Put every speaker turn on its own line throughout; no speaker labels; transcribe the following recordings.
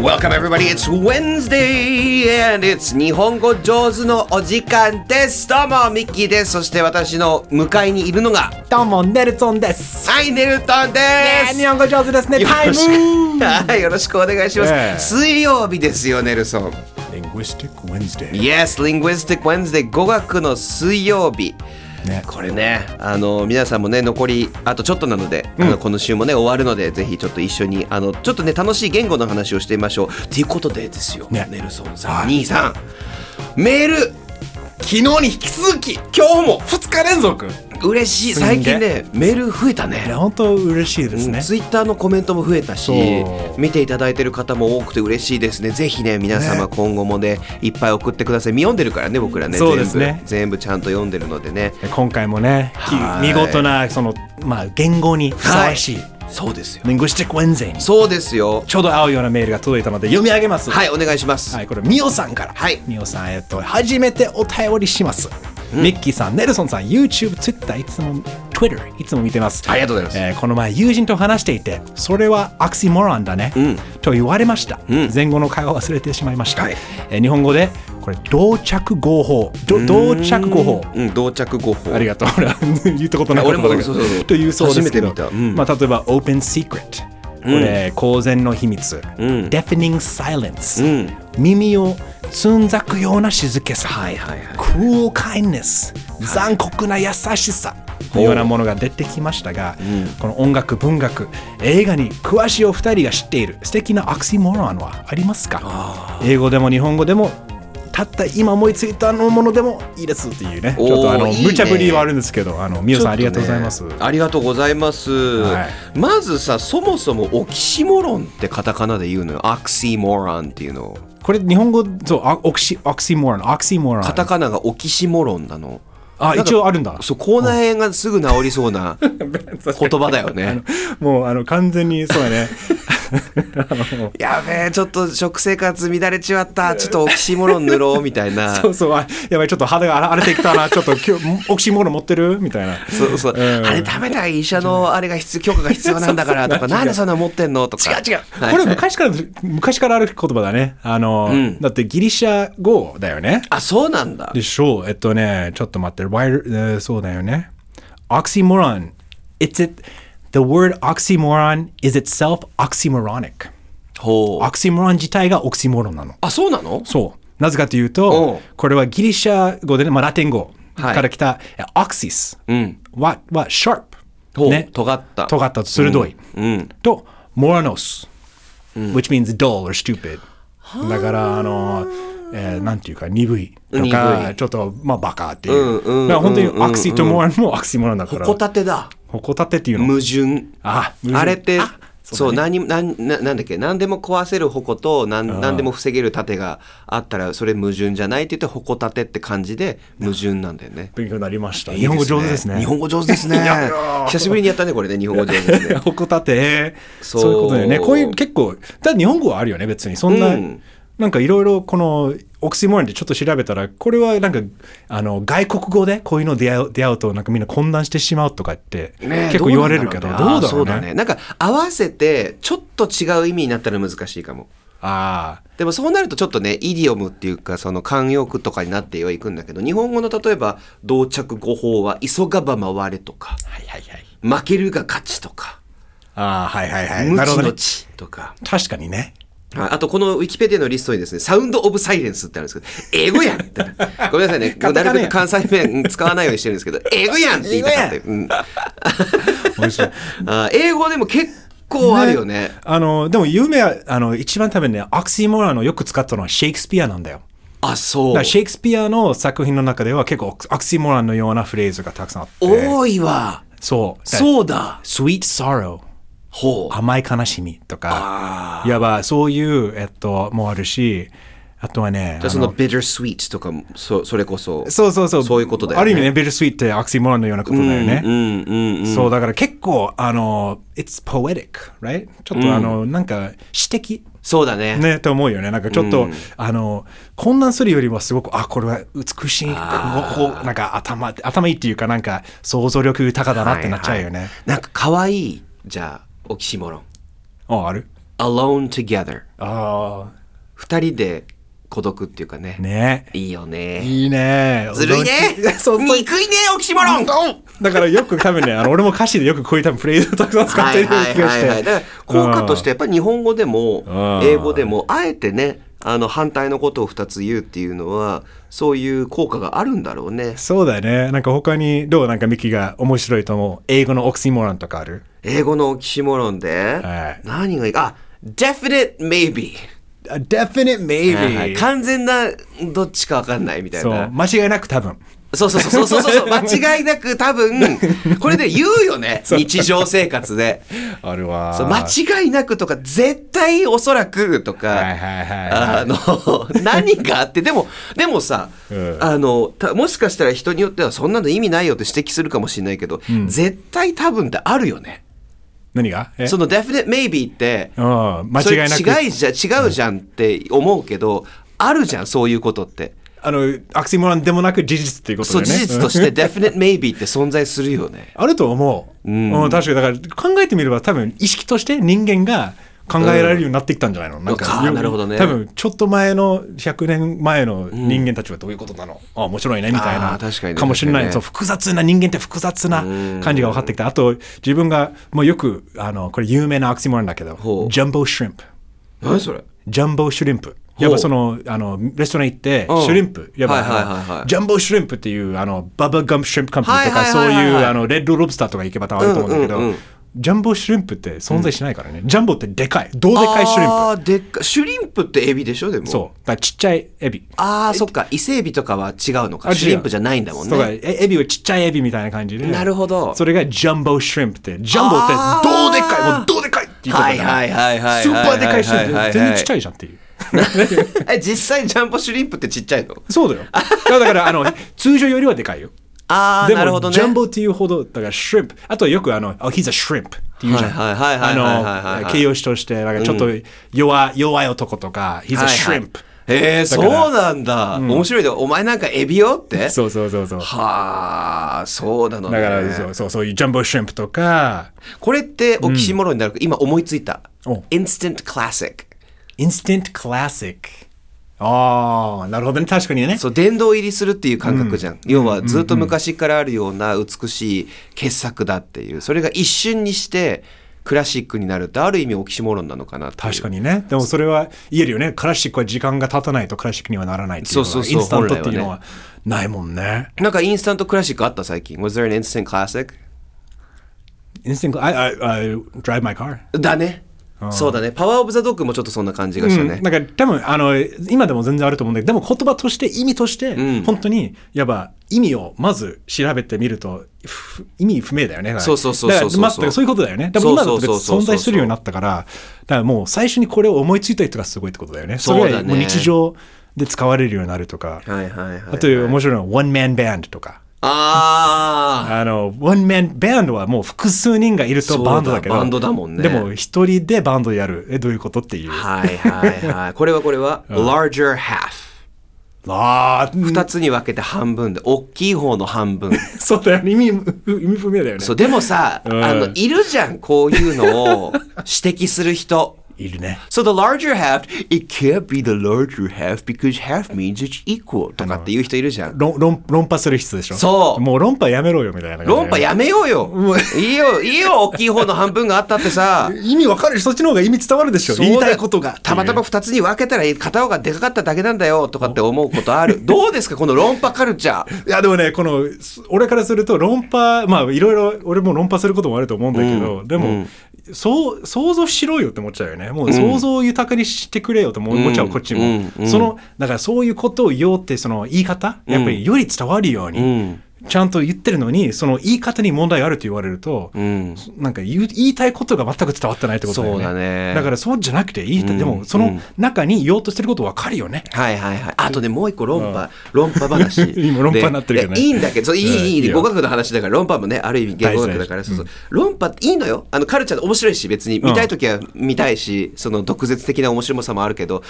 Welcome everybody, it's Wednesday and it's 日本語上手のお時間です。どうも、ミッキーです。そして私の向かいにいるのが、
どうも、ネルソンです。
はい、ネルトンで
え
す。
ー、日本語上手ですね。
よ
タ
ろ
イム
しくはい、よろしくお願いします。
ええ
水曜日ですよ、ネルソン。
!Linguistic Wednesday。
Yes, Linguistic Wednesday 語学の水曜日。
ね
これね、あの皆さんもね残りあとちょっとなので、あのこの週もね終わるのでぜひちょっと一緒にあのちょっとね楽しい言語の話をしてみましょう。ということでですよ、
ね
ネルソンさん、
はい
兄さんメール昨日に引き続き今日も
2日連続い
嬉しい
すんげ
最近ねメール増えたね。
や、本当嬉しいですね。
ツイッターのコメントも増えたし
そう
見ていただいてる方も多くて嬉しいですねぜひね皆様
ね
今後もねいっぱい送ってください見読んでるからね僕らね
そうですね
全部全部ちゃんと読んでるのでね
今回もね、き
はい
見事な、その、まあ、言語にふさわしい、
そうですよ
Linguistic Wednesday に
そうですよ
ちょうど合うようなメールが届いたので読み上げます。
はいお願いします、
はい、これ、ミオさんから。
はい
ミオさん、えっと、初めてお便りします。ミッキーさん、ネルソンさん、YouTube、Twitter、いつも、Twitter、いつも見てます。
ありがとうございます
えーこの前、友人と話していて、それはアクシモランだね、と言われました、前後の会話を忘れてしまいました。
はい
えー日本語で、これ、同着語法。ど同着語法。
うん同着語法
ありがとう。 俺は言ったことなかった
俺もそうそうそう
というそうですけど、
初めて見たうん
まあ、例えば Open Secret、これ、公然の秘密、Deafening Silence、耳をつんざくような静けさ、
はいはいはい
Cruel Kindness、残酷な優しさ。のようなものが出てきましたが、この音楽、文学、映画に詳しいお二人が知っている素敵なアクシモロンはありますか英語でも日本語でもたった今思いついたのものでもいいですっていうね、ち
おー
ょっとあの
いいね
無茶ぶりはあるんですけど、あのミオさん、ありがとうございます。
ちょっとねありがとうございます、
は
まずさそもそもオキシモロンってカタカナで言うのよアクシモロンっていうのを
これ日本語そうあオクシオクシモロン、オクシモロン。
カタカナがオキシモロンなの
あ
なんか
一応あるんだ。
そう口内炎がすぐ治りそう な言葉だよね
もうあの完全にそうだね。
やべえちょっと食生活乱れちまったちょっとオキシモロン塗ろうみたい な
そうそうあやばいちょっと肌が荒れてきたなちょっと今日オクシモロン持ってるみたいな。
そうそう、
ん
あれダメだ医者のあれが必要許可が必要なんだからとかなんで そんな持ってんのとか違う違う
これ昔から、昔からある言葉だね。あの、
ん
だってギリシャ語だよね。
あそうなんだ
でしょう。えっとね、ちょっと待って。ワイルえーそうだよね。Oxymoron. It's it. The word oxymoron is itself oxymoronic.
ほう
Oxymoron 自体がオクシモロンなの。
あそうなの
そう。なぜかという
おう
と、これはギリシャ語でね、まあ、ラテン語
はい
から来た、えオクシスは、は、シャー
ほ
プ。
う尖った
尖った、鋭い。と、モラノス、which means dull or stupid。だから、あの、えーなんていうか、鈍いと
鈍
か、ちょっと、まあ、バカっていう。だから本当に、アクシとモラノもアクシモラノだから。
ホタテだ
ほこたてっていうの。
矛盾
あ矛盾
あれって
あ
そ,、
そう
何何ななんだっけ何でも壊せる矛と何何でも防げる盾があったらそれ矛盾じゃないって言って矛盾って感じで矛盾なんだよね。
勉強になりました。
いい
日本語上手ですね。
日本語上手ですね。 久しぶりにやったねこれね日本語上手ですね。
ホコタテ、
そう
そういうことだよね。こういう結構、だって日本語はあるよね、別に。そんな、
うん
なんかいろいろこの、オクシモロンでちょっと調べたら、これはなんか、あの、外国語でこういうの出会う出会うと、なんかみんな混乱してしまうとかって、
ねえ
結構言われるけど、どう
なん
だろう
あーそうだ
ね。
ねなんか合わせてちょっと違う意味になったら難しいかも
ああ、
でもそうなるとちょっとねイディオムっていうかその慣用句とかになってはいくんだけど日本語の例えば「同着語法」は「急がば回れ」とか
はいはいはい。
「負けるが勝ち」とか
ああ、はいは
「
いはい。
無
なる
知
ほど
の
ね。
知」とか。
確かに ね。
ああと、このウィキペディアのリストにですね、サウンドオブサイレンスってあるんですけど、英語やんって。 ごめんなさいね。
カ
な
タカ
る
ナ
べく
やん
関西弁使わないようにしてるんですけど、英語 やんって言いたかったよ。うん
面白い。
あ英語でも結構あるよね。
あの、でも有名は、あの、一番多分ね、オクシモロンをよく使ったのはシェイクスピアなんだよ。
あ、そ
だか
う
ら。シェイクスピアの作品の中では結構アクシモランのようなフレーズがたくさんあって。
多いわ。
そう。う。
そうだ。
sweet sorrow。
ほう。
甘い悲しみとか。いわば、そういう、えっと、もあるし、あとはね。
じゃあそ
あ
の
の
bitter sweet とかも、そそれこそ。
そうそうそう。
そういうことだよね
ある意味ね、ビルスイーってアクシモランのようなことだよね。
うんうんうん。
そう、だから結構、あの、it's poetic, right? ちょっとあの、なんか、詩的。
そうだね。
ね、と思うよね。なんかちょっと、あの、混乱するよりはすごく、あ、これは美しい、こうこうなんか頭、頭いいっていうか、なんか想像力豊かだなってなっちゃうよね。
なんか可愛いじゃあ、オキシモロン。
あ、ある
alone together
あ
二人で孤独っていうかね
あ。ね
いいよね
いいね。
ずるい ね
そうそう
憎いねオキシモロン
だからよく多分ね、あの俺も歌詞でよくこういう多分フレーズをたくさん使っ
は
てい
い
るような
はい
気が
は
し
いはい。
て。
だから効果としてやっぱり日本語でも
うん
英語でもあえてねあの反対のことを2つ言うっていうのはそういう効果があるんだろうね。
そうだよね。なんか他にどうなんかミキが面白いと思う。英語のオクシモランとかある
英語のオキシモロンで、
はい
何がいいかあ definite maybe、
A definite
はいはい
maybe.
完全などっちか分かんないみたい
そう。
な
間違いなく多分。
そうそうそうそう そうそう間違いなく多分これで言うよ ね日常生活で。
あるわ
そう間違いなくとか絶対おそらくとか、
はいはいはい
あの 何かあってでもでもさ、
うん
あのたもしかしたら人によってはそんなの意味ないよって指摘するかもしれないけど、絶対多分ってあるよね。
何がえ
その definite maybe って、
うん、間
それ
違いなく。
違いじゃ違うじゃんって思うけど、あるじゃんそういうことって。
あの、アクシモランでもなく事実っていうことだ
そ
よ
う
ね。
事実として definite maybe って存在するよね。
あると思う。うん、確かに。だから考えてみれば多分意識として人間が考えられるようになってきたんじゃないの、なん
か
か。よ
なるほどね
多分ちょっと前の100年前の人間たちはどういうことなの、あ面白いねみたい
あー
な
確かにね
もしれな
確
い、
かにね
そう複雑な人間って複雑な感じが分かってきた。あと自分がもうよくあのこれ有名なアクシモランだけど
ほう
ジャンボシュリンプ。
何それ
ジャンボシュリンプ。
う
やっぱその、あの、レストラン行って、
うん
シュリンプ。やっぱ、
はいはい
あの
はいはい
ジャンボシュリンプっていう、あの、ババガムシュリンプカンパニーとか、
はい
そ
は
う
いはいはい
い、
はいう
あの、レッドロブスターとか行けば多分あると思うんだけど、
うんうんうん
ジャンボシュリンプって存在しないからね。ジャンボってでかい。どうでかいシュリンプ。
あーでっかシュリンプってエビでしょでも。
そう。だからちっちゃいエビ。
ああ、そっか。伊勢エビとかは違うの
あ
か。シュリンプじゃないんだもん
そうか
ね。
えエビはちっちゃいエビみたいな感じで。
なるほど
それがジャンボシュリンプって、ジャンボってどうでかい、
あー
もうどうでかいっていうことだから
はいはいはいはいはいはいはい
スーパーでかいシュリンプ
はいはいはい
全然ちっちゃいじゃんっていう。
え、実際ジャンボシュリンプってちっちゃいの
そうだよ。だから、あの、通常よりはでかいよ。
ああ、
で
なるほ
も、
どね。
ジャンボっていうほど、だから、シュリンプ。あと、よく、あの、oh, he's a shrimp っていうじゃん。
はいはいはいはいはいはいはい
あの、形容詞として、なんかちょっと弱,、弱い男とか、he's a
はい
shrimp。
へえ、
だ
そ
か
う
ら
なんだ。面白いね。お前なんかエビよって
そうそうそうそう。
はあ、そうなの
だから、
ね。
そうそう、そういうジャンボシュリンプとか、
これってオキシモロンになるか、今思いついた
お。
instant classic。
instant classic。ああ、なるほどね。確かにね。
そう、殿堂入りするっていう感覚じゃん。要はずっと昔からあるような美しい傑作だっていう。それが一瞬にしてクラシックになるってある意味オキシモロンなのかなっていう。
確かにね。でもそれは言えるよね。クラシックは時間が経たないとクラシックにはならないっていうのは
そうそうそう
インスタントっていうのはないもんね。
なんかインスタントクラシックあった最近。Was there an instant classic?
instant I, I, I drive my car.
だね。そうだね。パワーオブザドッグもちょっとそんな感じがしたね。
うん、なんか多分あの今でも全然あると思うんだけどでも言葉として意味として、本当にやっぱ意味をまず調べてみるとふ意味不明だよねだから
そうそうそうそうそう
だからまあそういうことだよねでも今だと別に
そうそうそうそう
存在するようになったからだからもう最初にこれを思いついた人がすごいってことだよね
そうだね
れがもう日常で使われるようになるとか、
はいはいはい、はい。
あと面白いのは one man band とか
ああ
あの、ワンマンバンドはもう複数人がいると
そうだ
バンドだけど。
バンドだもんね
でも一人でバンドやる。え、どういうことっていう。
はいはいはい。これはこれは、larger half。
ああ、
二つに分けて半分で、大きい方の半分。
そうだよね。意味、意味不明だよね
そ。う、でもさ、
ん
あの、いるじゃん、こういうのを指摘する人。
いるね。
So the larger half, it can't be the larger half because half means it's equal とかっていう人いるじゃん。
論論論破する人でしょ。
そう
もう論破やめろよみたいな感じだよ
論
ね。
破やめようよ。いいよ、いいよ、大きい方の半分があったってさ。
意味わかる し、そっちの方が意味伝わるでしょ。
そうだ
言いたいことが。
たまたま2つに分けたらいい片方がでかかっただけなんだよとかって思うことあ るどうですかこの論破カルチャー
いやでもね、この、す俺からすると論破、まあいろいろ俺も論破することもあると思うんだけど、でも、そう、想像しろよって思っちゃうよね。もう想像を豊かにしてくれよって思っちゃう、こっちも、その、だからそういうことを言おうって、その言い方、やっぱりより伝わるように、ちゃんと言ってるのに、その言い方に問題があると言われると、なんか言う言いたいことが全く伝わってないってことだよね。
そうだね
からそうじゃなくて、言いたい、でもその中に言おうとしてることわかるよね。
はいはいはいあとねもう一個論破論破話
今論破になってるけどね
でいやいいんだけどそうい
うん
いいい
いい
い
よ
語学の話だから論破もねある意味言語学だからそうそう論破っていいのよあのカルチャーで面白いし別に見たい時は見たいしその毒舌的な面白さもあるけど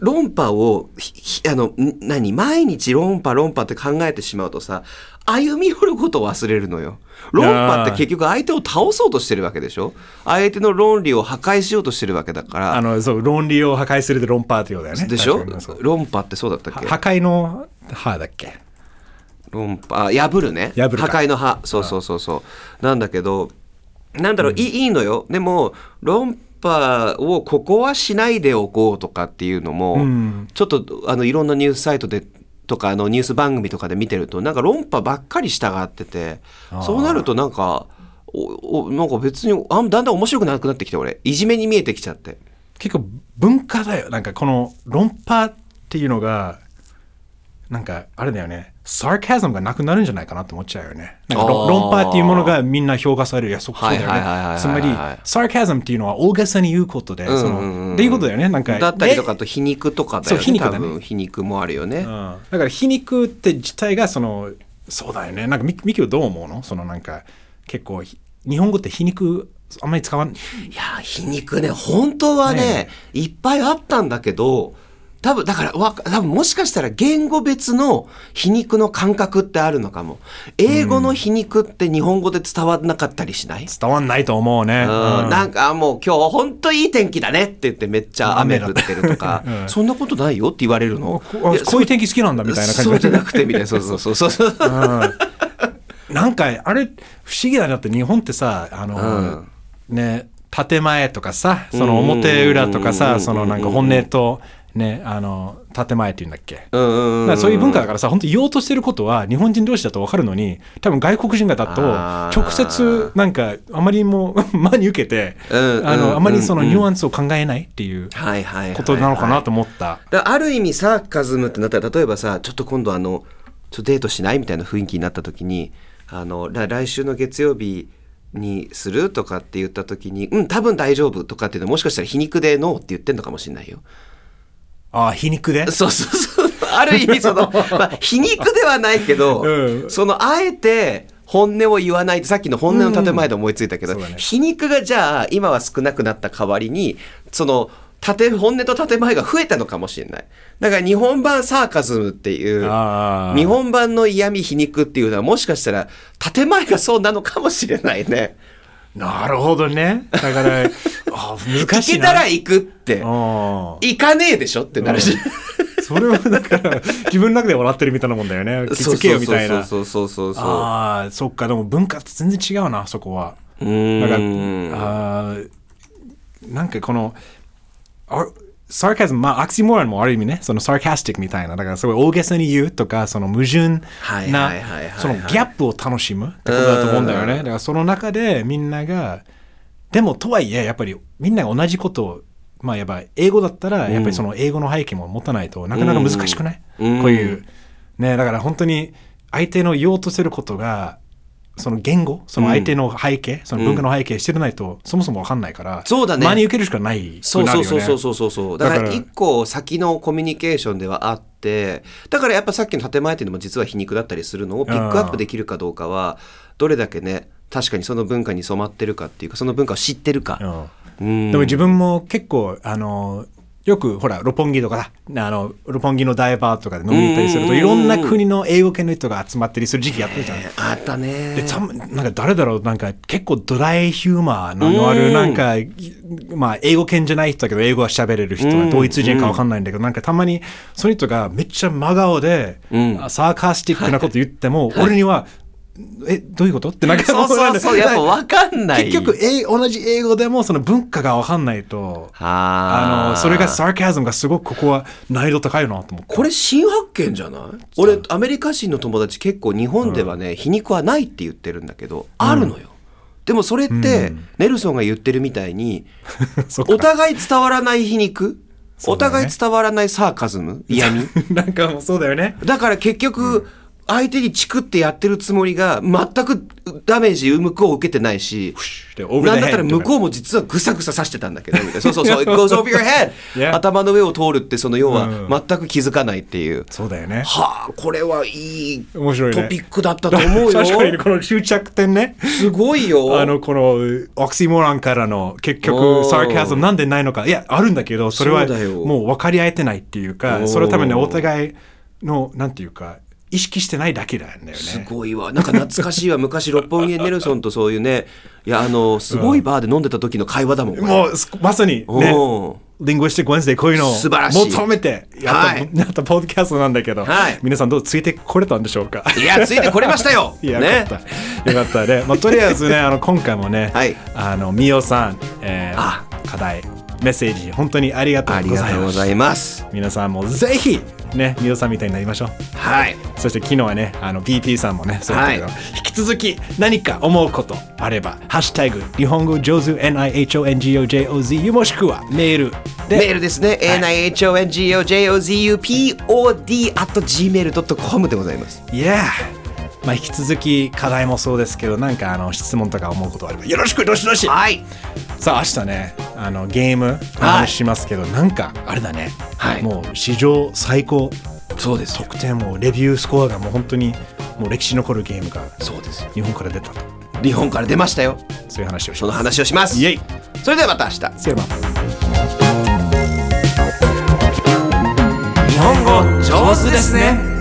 論破をひひあのん何毎日論破論破って考えてしまうとさ歩み寄ることを忘れるのよ論破って結局相手を倒そうとしてるわけでしょ相手の論理を破壊しようとしてるわけだから
あのそう論理を破壊するで論破ってようだよね
でしょ
確かにそう
論破ってそうだったっけ
破壊の歯だっけ
論破あ破るね
破るか
破壊の破そうそうそうそうなんだけどなんだろう、いいいいのよでも論破をここはしないでおこうとかっていうのも、
うん
ちょっとあのいろんなニュースサイトでとかあのニュース番組とかで見てるとなんか論破ばっかり従ってて
あー
そうなるとなんかおおなんか別にあんだんだん面白くなくなってきて俺いじめに見えてきちゃって
結構文化だよなんかこの論破っていうのがなんかあれだよねサーカズムがなくなるんじゃないかなって思っちゃうよねなんか
あ
論
ー
論破っていうものがみんな評価されるいやそそうだよ
はいはいはいはいはい
ねつまりサーカズムっていうのは大げさに言うことで、そ
うんうんうん
のっていうことだよねなんか
だったりとか
え
あと皮肉とかだよね
そう皮肉だね
多分皮肉もあるよね、
うんだから皮肉って自体がそのそうだよねなんかミミキはどう思うのそのなんか結構ひ日本語って皮肉あんまり使わん
いやー皮肉ね本当はね
ね
いっぱいあったんだけど多分だからわ多分もしかしたら言語別の皮肉の感覚ってあるのかも英語の皮肉って日本語で伝わんなかったりしない、
伝わんないと思うね、
うん、なんかあもう今日本当いい天気だねって言ってめっちゃ雨降
雨
っ
だ
てるとか、
うん
そんなことないよって言われる
お
の
こあ
や
こういう天気好きなんだみたいな感じ
そうじゃなくてみたいなそうそうそうそうそう
うんなんかあれ不思議だなって日本ってさあの、ね建前とかさその表裏とか
うん
さそのなんか本音とねあの建前っていうんだっけ
うんうん
だからそういう文化だからさ本当言おうとしてることは日本人同士だと分かるのに多分外国人がだと
あー
直接なんかあまりも 真に受けて
うん
あ
うん
のあまりその
うん
ニュアンスを考えないっていう
はいはいはいはい
ことなのかなと思った。
だからある意味サーカズムってなったら例えばさちょっと今度あのちょっとデートしないみたいな雰囲気になった時にあのら来週の月曜日にするとかって言った時に「うん多分大丈夫」とかっていうのもしかしたら皮肉で「ノー」って言ってんのかもしれないよ。
ああ皮肉で
そうそうそうある意味 その、まあ、皮肉ではないけど、
うん
そのあえて本音を言わないってさっきの本音の建前で思いついたけど、
うんそうだね
皮肉がじゃあ今は少なくなった代わりにその建本音と建前が増えたのかもしれないだから日本版サーカズムっていう
あー
日本版の嫌味皮肉っていうのはもしかしたら建前がそうなのかもしれないね
なるほどね。だから、あ難し
聞
い
け
な。
たら行くって
あー
行かねえでしょってなるし、
それはだから、自分の中で笑ってるみたいなもんだよね。気
そう
づけよみたいな。
そうそうそうそうそう
ああ、そっか、でも文化って全然違うな、そこは。
うーん
だから、あーなんかこの、あサーカズム、まあ、アクシモランもある意味ね、そのサーカスティックみたいな、だからすごい大げさに言うとか、その矛盾
はい
な
はいはいはいはい、
そのギャップを楽しむってことだと思うんだよ
うん
ね。だからその中でみんなが、でもとはいえ、やっぱりみんなが同じことを、まあ、やっぱ英語だったら、やっぱりその英語の背景も持たないとなかなか難しくない、
うん
こういう。ね、だから本当に相手の言おうとすることが、その言語、その相手の背景、その文化の背景してないと、そもそもわかんないから、
そうだね
真に受けるしかないく
そう
なる
そ
よ
う
ね。
そうそうそうそうそうだか
だ
ら
から
一個先のコミュニケーションではあってだからやっぱさっきの建前っていうのも実は皮肉だったりするのをピックアップできるかどうかはどれだけね確かにその文化に染まってるかっていうかその文化を知ってるか、
うん
うん
でも自分も結構あのよくほら六本木とかさあの六本木のダイバーとかで飲みに行ったりする
うん
と
うん
い
うんう
ろ
ん
んな国の英語系の人が集まったりする時期やってるじゃん。
あったね
でたまなんか誰だろうなんか結構ドライヒューマーのある
うん
なんか、まあ英語圏じゃない人だけど英語は喋れる人
うん
はドイツ人かわかんないんだけど、なんかたまにその人がめっちゃ真顔で、
うん
サーカスティックなこと言っても、俺には「えどういうこと?」ってなんか
そうそうそうやっぱ分かんない
結局えい同じ英語でもその文化が分かんないと
あ
あの
ー
それがサーカズムがすごくここは難易度高いなと思って
これ新発見じゃない俺アメリカ人の友達結構日本ではね、皮肉はないって言ってるんだけどあるのよ、でもそれって、ネルソンが言ってるみたいに
そっか
お互い伝わらない皮肉、
そ
お
うだね
互い伝わらないサーカズム嫌 味
なんかもうそうだよね
だから結局相手にチクってやってるつもりが全くダメージ向こう受けてないし
で
なん
over the
だったら
head
向こうも実はぐさぐさ刺してたんだけどみたいなそうそうそう It goes over your head、
Yeah
頭の上を通るってその要は
うん
全く気づかないっていう
そうだよね
はあこれはいい
面白いね
トピックだったと思うよ
確かにこの終着点ね
すごいよ
あのこのオクシモランからの結
おー
局サーカズムなんでないのかいやあるんだけどそれは
そうだよ
もう分かり合えてないっていう
おー
かそれは多分ねお互いのなんていうか意識してないだけなんだよね。
すごいわ。なんか懐かしいわ。昔、六本木ネルソンとそういうね、いや、あの、すごいバーで飲んでた時の会話だもん。これ
もうすまさにね
お、
リンゴシティック・ワンスデーこういうのを
素晴らしい
求めてやった,、
はい
やったポッドキャストなんだけど、
はい
皆さんどうついてこれたんでしょうか
いや、ついてこれましたよ。
いやよ
ね。
かった、よかったね、まあ、とりあえずねあの今回もね、
はい
あのみおさん、えー
あ
課題メッセージ本当にありがと
あ
う
り
ご
が
ざい
とう
ま
ご
す
ざいます。
皆さんもぜひねみおさんみたいになりましょう
はい。
そして昨日はねあの BT さんもねそうだけど、
はい
引き続き何か思うことあれば「ハッシュタグ日本語上手 NIHONGOJOZU」もしくはメールで
メールですね。nihongojozupod.gmail.com でございます。
いやまあ引き続き課題もそうですけどなんかあの質問とか思うことあればよろしくどしどし
はい。
さあ明日ねあのゲームお話ししますけど、なんかあれだね、
はい
もう史上最高
そうですよ。
得点もレビュースコアがもう本当にもう歴史に残るゲームが
そうですよ。
日本から出たと
日本から出ましたよ。
そういう話をし
その
ます
話をします。
イエイ
それではまた明日。
せーの
日本語上手ですね。